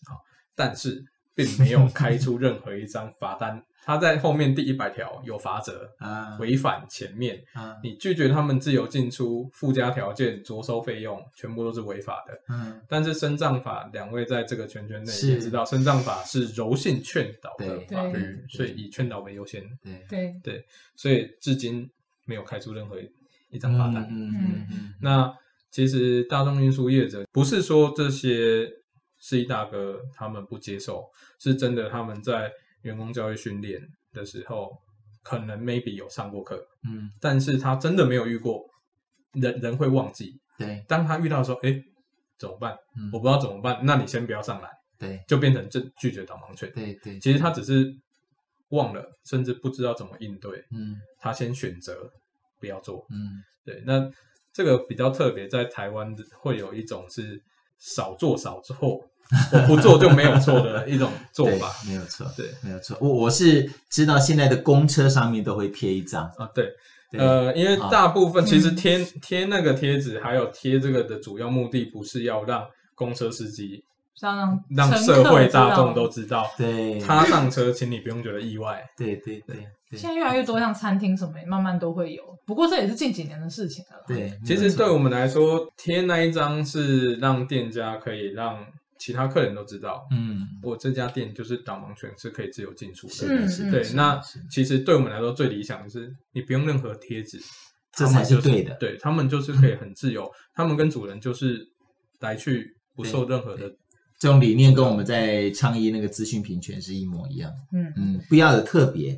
S4: 好，但是并没有开出任何一张罚单，它在后面第一百条有罚则，
S2: 啊
S4: 违反前面。
S2: 啊
S4: 你拒绝他们自由进出，附加条件、着收费用，全部都是违法的。
S2: 嗯，
S4: 但是身障法，两位在这个圈圈内
S2: 是
S4: 也知道，身障法是柔性劝导的
S2: 对
S4: 法律
S2: 对，
S4: 所以以劝导为优先，
S2: 对，
S1: 对，
S4: 所以至今没有开出任何一张罚单。
S2: 嗯
S1: 嗯
S2: 嗯
S4: 那其实大众运输业者不是说这些司机大哥他们不接受，是真的他们在员工教育训练的时候，可能 maybe 有上过课，
S2: 嗯，
S4: 但是他真的没有遇过，人人会忘记。
S2: 对，
S4: 当他遇到说，哎，怎么办？
S2: 嗯
S4: 我不知道怎么办，那你先不要上来，
S2: 对
S4: 就变成这拒绝导盲犬。
S2: 对对，
S4: 其实他只是忘了，甚至不知道怎么应对，
S2: 嗯
S4: 他先选择不要做。
S2: 嗯
S4: 对，那这个比较特别，在台湾会有一种是少做少错，我不做就没有错的一种做
S2: 对
S4: 法。
S2: 没有错。
S4: 对
S2: 没有错，我我是知道现在的公车上面都会贴一张，
S4: 啊，对，
S5: 对
S4: 呃，因为
S5: 好
S4: 大部
S1: 嗯
S4: 分其实贴贴那个贴纸，还有贴这个的主要目的，不是要让公车司机、
S1: 要让
S4: 让
S1: 乘
S4: 社
S1: 客
S4: 会
S1: 知
S4: 大
S1: 道
S4: 众都知道，
S5: 对，
S4: 他上车，请你不用觉得意外。
S5: 对对对
S1: 现
S5: 对
S1: 在越来越多像餐厅什么，慢慢都会有。不过这也是近几年的事情了啦。
S5: 对，
S4: 其实对我们来说，贴那一张是让店家可以让其他客人都知道，
S5: 嗯，
S4: 我这家店就是导盲犬是可以自由进出
S5: 是
S4: 的。
S5: 的
S1: 嗯
S5: 是的
S4: 对
S5: 是，的
S4: 那
S5: 是的
S4: 其实对我们来说最理想的是，你不用任何贴纸，
S5: 这
S4: 他们
S5: 才是
S4: 就是
S5: 对的
S4: 对他们就是可以很自由，他们跟主人就是来去不受任何的。
S5: 这种理念跟我们在倡议那个资讯平权是一模一样。
S1: 嗯
S5: 嗯，不要有特别，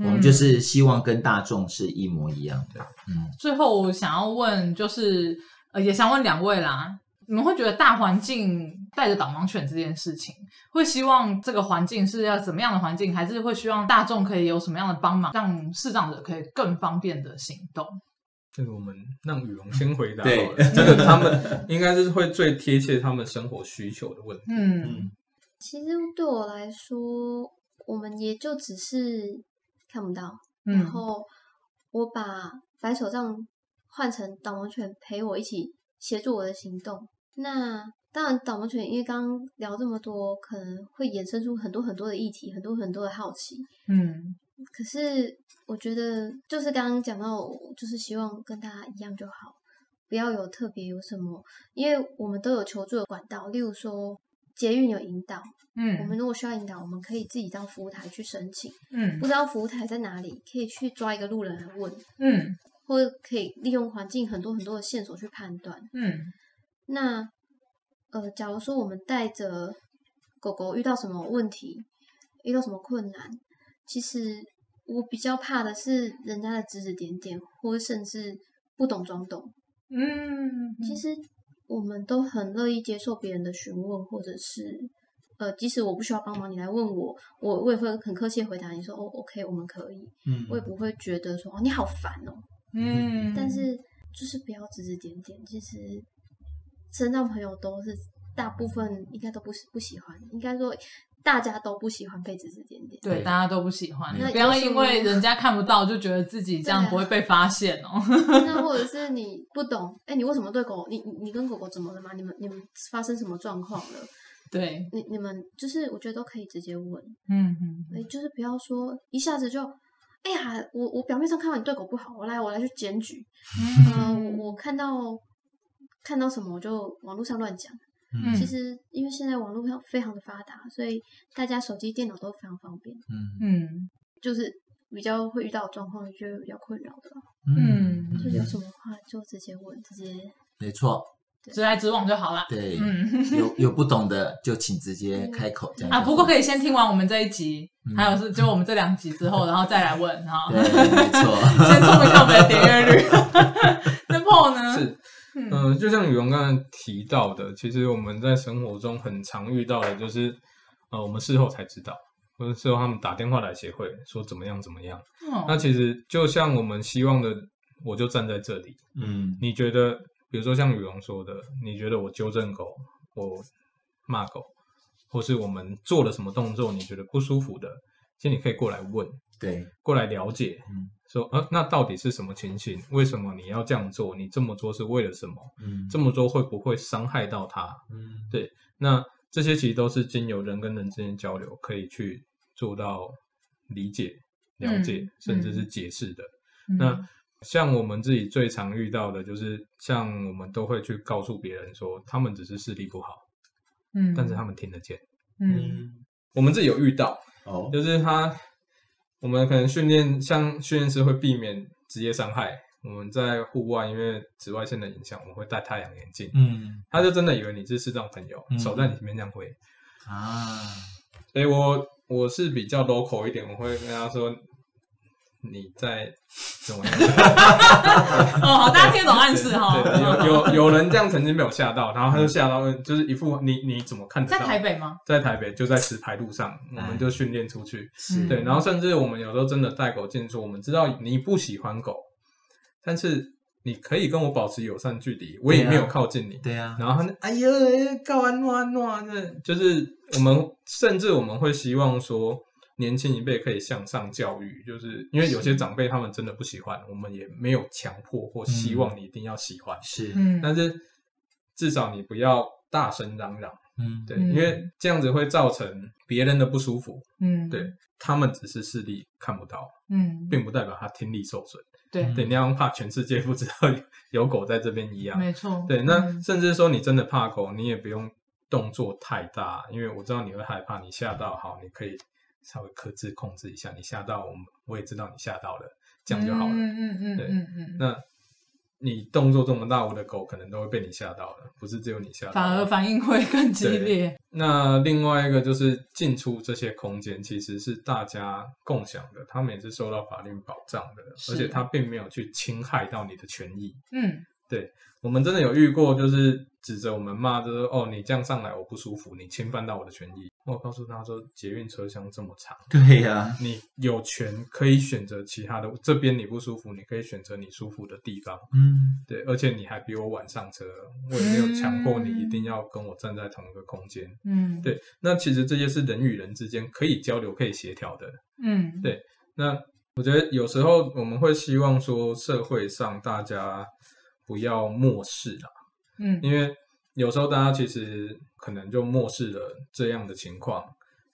S5: 我
S1: 嗯
S5: 们就是希望跟大众是一模一样的。
S1: 最后我想要问，就是呃，也想问两位啦，你们会觉得大环境带着导盲犬这件事情，会希望这个环境是要怎么样的环境，还是会希望大众可以有什么样的帮忙，让视障者可以更方便的行动？
S4: 这个我们让羽绒先回答好
S5: 对
S4: 了。这个他们应该是会最贴切他们生活需求的问题。
S1: 嗯
S3: 其实对我来说，我们也就只是看不到，然
S1: 嗯
S3: 后我把白手杖换成导盲犬陪我一起协助我的行动。那当然，导盲犬因为刚刚聊这么多，可能会衍生出很多很多的议题，很多很多的好奇。
S1: 嗯
S3: 可是我觉得，就是刚刚讲到，就是希望跟大家一样就好，不要有特别有什么，因为我们都有求助的管道，例如说捷运有引导，我
S1: 嗯
S3: 们如果需要引导，我们可以自己到服务台去申请，
S1: 嗯
S3: 不知道服务台在哪里，可以去抓一个路人来问，
S1: 嗯
S3: 或者可以利用环境很多很多的线索去判断。
S1: 嗯
S3: 那呃，假如说我们带着狗狗遇到什么问题，遇到什么困难，其实我比较怕的是人家的指指点点，或甚至不懂装懂。
S1: 嗯，
S3: 其实我们都很乐意接受别人的询问，或者是呃，即使我不需要帮忙，你来问我，我我也会很客气地回答你说哦，OK，我们可以，
S5: 嗯
S3: 我也不会觉得说哦你好烦哦，
S1: 嗯，
S3: 但是就是不要指指点点。其实身障朋友都是大部分应该都不是不喜欢，应该说大家都不喜欢被指指点 点。
S1: 对，大家都不喜欢，
S3: 那
S1: 不要
S3: 有什
S1: 因
S3: 么
S1: 为人家看不到就觉得自己这样
S3: 对啊
S1: 不会被发现哦。
S3: 那或者是你不懂，哎、你为什么对狗？你你你跟狗狗怎么了吗？你们你们发生什么状况了？
S1: 对，
S3: 你你们就是我觉得都可以直接问，
S1: 嗯嗯
S3: 哎、就是不要说一下子就。哎呀，我我表面上看到你对狗不好，我来我来去检举。嗯、我我看到看到什么我就网络上乱讲。
S1: 嗯
S3: 其实因为现在网络上非常的发达，所以大家手机、电脑都非常方便，
S5: 嗯
S1: 嗯
S3: 就是比较会遇到的状况，就会比较困扰的啦。
S1: 嗯，
S3: 就是有什么话就直接问，直接
S5: 没错，
S1: 直来直往就好了。
S5: 对，
S1: 嗯
S5: 有有不懂的就请直接开口这样
S1: 啊，不过可
S5: 以，
S1: 以先听完我们这一集，还有是就我们这两集之后，然后再来问哈。
S5: 对，没错，
S1: 先冲一下我们的点阅率。 那 Paul 呢？
S4: 是，嗯、就像宇文刚才提到的，其实我们在生活中很常遇到的，就是呃，我们事后才知道，或者事后他们打电话来协会说怎么样怎么样。那
S1: 哦，
S4: 其实就像我们希望的，我就站在这里。
S5: 嗯
S4: 你觉得，比如说像羽绒说的，你觉得我纠正狗，我骂狗，或是我们做了什么动作，你觉得不舒服的，其实你可以过来问，
S5: 对，
S4: 过来了解，
S5: 嗯
S4: 说，呃，那到底是什么情形？为什么你要这样做？你这么做是为了什么？
S5: 嗯
S4: 这么做会不会伤害到他？
S5: 嗯
S4: 那这些其实都是经由人跟人之间交流可以去做到理解、了解，
S1: 嗯
S4: 甚至是解释的。那像我们自己最常遇到的，就是像我们都会去告诉别人说，他们只是视力不好，
S1: 嗯
S4: 但是他们听得见。
S1: 嗯
S5: 嗯，
S4: 我们自己有遇到，
S5: 哦，
S4: 就是他，我们可能训练，像训练师会避免职业伤害。我们在户外，因为紫外线的影响，我们会戴太阳眼镜。
S5: 嗯
S4: 他就真的以为你是视障朋友，
S5: 嗯
S4: 手在你前面这样挥。
S5: 啊，
S4: 所以我我是比较 local 一点，我会跟他说你在怎么样？
S1: 哦，好，大家听得懂暗示哈。嗯
S4: 对，有有有人这样曾经被我吓到，然后他就吓到，就是一副你你怎么看得
S1: 在
S4: 到？
S1: 台，北 哎吗？
S4: 在台北就在石牌路上，我们就训练出去。
S5: 是
S4: 对，然后甚至我们有时候真的带狗进出，我们知道你不喜欢狗，但是你可以跟我保持友善距离，我也
S1: 啊
S4: 没有靠近你。
S5: 对啊呀，
S4: 然后他就哎呀，哎呀告安诺安诺，这就是我们甚至我们会希望说，年轻一辈可以向上教育，就是因为有些长辈他们真的不喜欢，我们也没有强迫或希望你一定要喜欢，
S5: 是，
S1: 嗯，
S4: 但是至少你不要大声嚷嚷，
S5: 嗯，
S4: 对，
S1: 嗯
S4: 因为这样子会造成别人的不舒服。
S1: 嗯，
S4: 对，他们只是视力看不到，
S1: 嗯，
S4: 并不代表他听力受损。
S1: 对，
S5: 嗯
S4: 对，你要怕全世界不知道有狗在这边一样。
S1: 没错，
S4: 对，那
S1: 嗯
S4: 甚至说你真的怕狗，你也不用动作太大，因为我知道你会害怕，你吓到，好，你可以稍微克制控制一下，你吓到我们，我也知道你吓到了，这样就好了。
S1: 嗯嗯嗯，
S4: 对
S1: 嗯嗯，
S4: 那你动作这么大，我的狗可能都会被你吓到了，不是只有你吓到。
S1: 反而反应会更激
S4: 对
S1: 烈，
S4: 那另外一个就是进出这些空间其实是大家共享的，他们也是受到法令保障的，
S1: 是
S4: 而且他并没有去侵害到你的权益。
S1: 嗯
S4: 我们真的有遇过，就是指着我们骂，就是哦，你这样上来我不舒服，你侵犯到我的权益。我告诉他说，捷运车厢这么长，
S5: 对呀，
S4: 你有权可以选择其他的，这边你不舒服，你可以选择你舒服的地方。
S5: 嗯，
S4: 对，而且你还比我晚上车，我也没有强迫你一定要跟我站在同一个空间。
S1: 嗯，，
S4: 对，那其实这些是人与人之间可以交流、可以协调的。
S1: 嗯，
S4: 对那我觉得有时候我们会希望说，社会上大家不要漠视啊啦，
S1: 嗯，
S4: 因为有时候大家其实可能就漠视了这样的情况，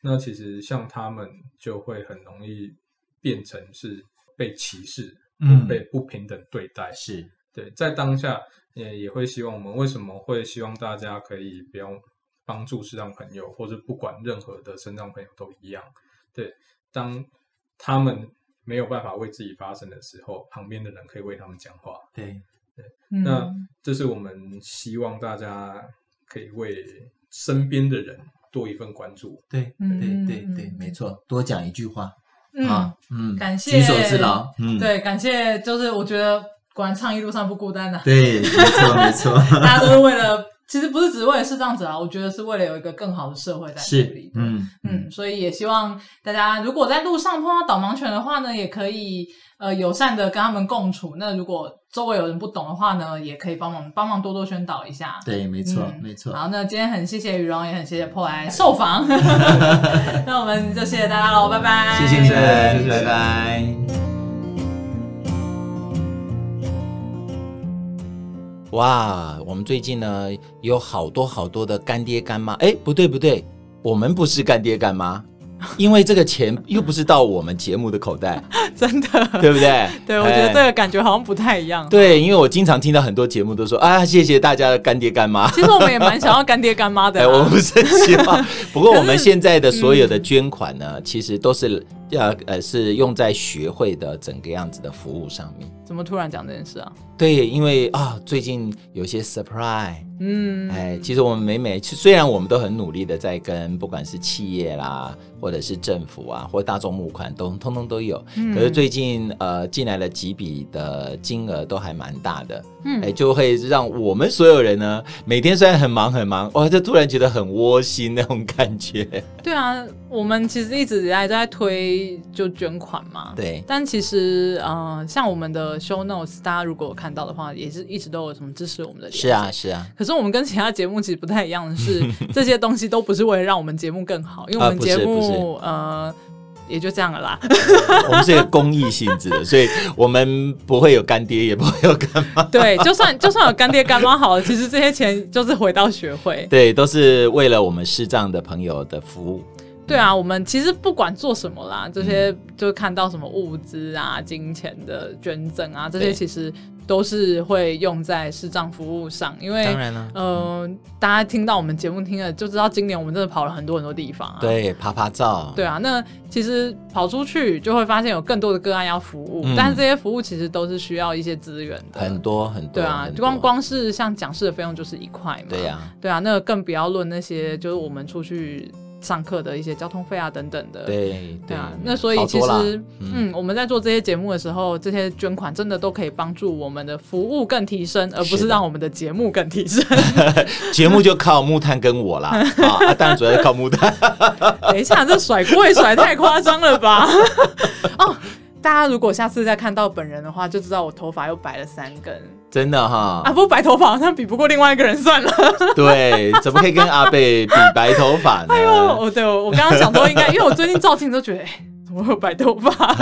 S4: 那其实像他们就会很容易变成是被歧视，
S5: 嗯
S4: 被不平等对待。
S5: 是，
S4: 对，在当下也也会希望我们为什么会希望大家可以不要帮助视障朋友，或者不管任何的身障朋友都一样。对，当他们没有办法为自己发声的时候，旁边的人可以为他们讲话。
S5: 对，
S4: 那
S1: 嗯
S4: 这是我们希望大家可以为身边的人多一份关注。
S5: 对，
S1: 嗯
S5: 对，对，
S1: 嗯
S5: 对，
S1: 嗯
S5: 没错，多讲一句话
S1: 嗯
S5: 啊，，嗯，
S1: 感谢
S5: 举手之劳，嗯，
S1: 对，感谢，就是我觉得果然倡议路上不孤单啊的、
S5: 对，没错，没错，
S1: 大家都是为了，其实不是只为了视障者啊，我觉得是为了有一个更好的社会在这
S5: 是
S1: 里，，
S5: 嗯
S1: 嗯，所以也希望大家如果在路上碰到导盲犬的话呢，也可以呃友善的跟他们共处。那如果周围有人不懂的话呢，也可以帮忙帮忙多多宣导一下。
S5: 对，没错，
S1: 嗯
S5: 没错，
S1: 好，那今天很谢谢雨荣，也很谢谢破来受访。 那我们就谢谢大家喽，拜拜。
S5: 谢谢你
S4: 谢
S5: 们，
S4: 谢
S5: 拜拜。
S2: 哇，我们最近呢有好多好多的干爹干妈，哎，不对不对，我们不是干爹干妈， 因为这个钱又不是到我们节目的口袋，
S6: 真的，
S2: 对不对？
S6: 对我觉得
S2: 哎
S6: 这个感觉好像不太一样。
S2: 对，因为我经常听到很多节目都说啊，谢谢大家的干爹干妈。
S6: 其实我们也蛮想要干爹干妈的
S1: 啊
S6: 啊
S2: 哎，我
S6: 啦，
S2: 不是很希望。不过
S6: 可是
S2: 我们现在的所有的捐款呢，其实都是呃呃是用在学会的整个样子的服务上面。
S6: 怎么突然讲这件事啊？
S2: 对，因为啊，最近有些 surprise，
S6: 嗯，
S2: 哎，其实我们每每虽然我们都很努力的在跟不管是企业啦，或者是政府啊，或大众募款都通通都有，可是最近呃进来了几笔的金额都还蛮大的，嗯，哎，就会让我们所有人呢，每天虽然很忙很忙，哇，就突然觉得很窝心那种感觉，
S6: 对啊，我们其实一直以来都在推就捐款嘛。。
S2: 对，
S6: 但其实，呃，像我们的 show notes，大家如果有看到的话，也是一直都有什么支持我们的。
S2: 是啊，。是啊，
S6: 可是我们跟其他节目其实不太一样的 是，这些东西都不是为了让我们节目更好，因为我
S2: 啊
S6: 们
S2: 不是
S6: 节
S2: 不是
S6: 目、呃也就这样了 啦。
S2: 我们是一个公益性质的，所以我们不会有干爹，也不会有干妈，
S6: 对，就算就算有干爹干妈好了，其实这些钱就是回到学会。
S2: 对，都是为了我们视障的朋友的服务。
S6: 对啊，我们其实不管做什么啦，这些就看到什么物资啊、金钱的捐赠啊，这些
S2: 对
S6: 其实都是会用在视障服务上，因为
S2: 当然了。
S6: 呃，大家听到我们节目听了就知道，今年我们真的跑了很多很多地方啊。。
S2: 对，爬爬照，
S6: 对啊，那其实跑出去就会发现有更多的个案要服务，
S2: 嗯
S6: 但是这些服务其实都是需要一些资源的。
S2: 很多很多，
S6: 对啊
S2: 很，多
S6: 光光是像讲师的费用就是一块嘛。
S2: 对呀、
S6: 对啊，那个更不要论那些就是我们出去上课的一些交通费啊等等
S1: 呃
S6: 的。
S2: 对
S6: 对啊
S2: 对，
S6: 那所以
S2: 好
S6: 其
S2: 多啦
S6: 实
S2: 嗯
S6: 嗯，我们在做这些节目的时候，这些捐款真的都可以帮助我们的服务更提升，而不
S2: 是
S6: 是
S2: 的
S6: 让我们的节目更提 升。
S2: 节目就靠木炭跟 我啦，啊，啊当然主要是靠木炭，
S6: 等一下，这甩锅也甩太夸张了吧？哦，
S1: 大家如果下次再看到本人的话，就知道我头发又白了三根
S2: 真 的
S1: 啊！
S2: 哈，
S1: 不过白头发好像比不过另外一个人算了。
S2: 对，怎么可以跟阿贝比白头发呢？
S1: 哎呦，
S6: 哦
S1: 我对我我刚刚想说应该，因为我最近照镜都觉得，哎，怎么会有白头 发？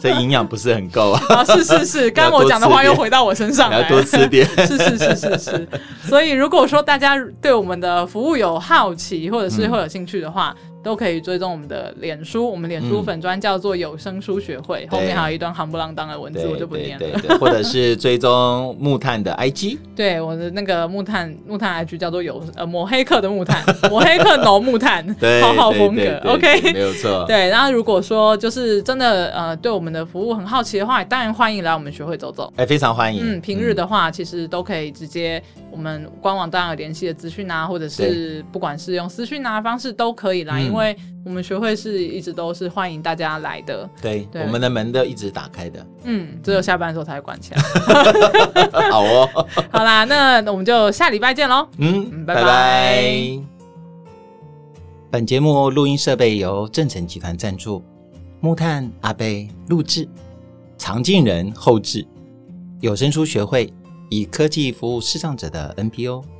S2: 这营养不是很够啊，
S1: 啊，是是是，刚刚我讲的话又回到我身上
S2: 你要
S1: 来
S2: 多
S1: 了。
S2: 吃点。
S1: 是是是是是，所以如果说大家对我们的服务有好奇，或者
S2: 嗯
S1: 是会有兴趣的话，都可以追踪我们的脸书，我们脸书
S2: 嗯
S1: 粉专叫做有声书学会，后
S2: 对
S1: 面还有一段行不浪当的文字，我
S2: 对
S1: 就不
S2: 对
S1: 念了。
S2: 对对，或者是追踪木炭的 IG，
S1: 对，我的那个木炭木炭 IG 叫做有呃抹黑客的木炭，抹黑客 no 木炭，
S2: 对，
S1: 好好
S2: 对
S1: 风格
S2: 对对 对
S1: OK
S2: 没。有错，
S1: 对，然后如果说就是真的呃对我们的服务很好奇的话，当然欢迎来我们学会走走。
S2: 哎，非常欢迎。
S1: 嗯，平日的话，其实都可以直接我们官网当然有联系的资讯啊，或者是不管是用私讯啊方式都可以啦，
S2: 嗯
S1: 因为我们学会是一直都是欢迎大家来的。
S2: 嗯对，
S1: 对
S2: 我们的门都一直打开的，
S1: 嗯，只有下班的时候才会关 起来。
S2: 好哦，
S1: 好啦，那我们就下礼拜见喽。
S2: 嗯，
S1: 嗯
S2: 拜
S1: 拜
S2: 拜。
S1: 拜
S2: 本节目录音设备由正成集团赞助，木炭阿贝录制，常进人后制，有声书学会以科技服务视障者的 NPO。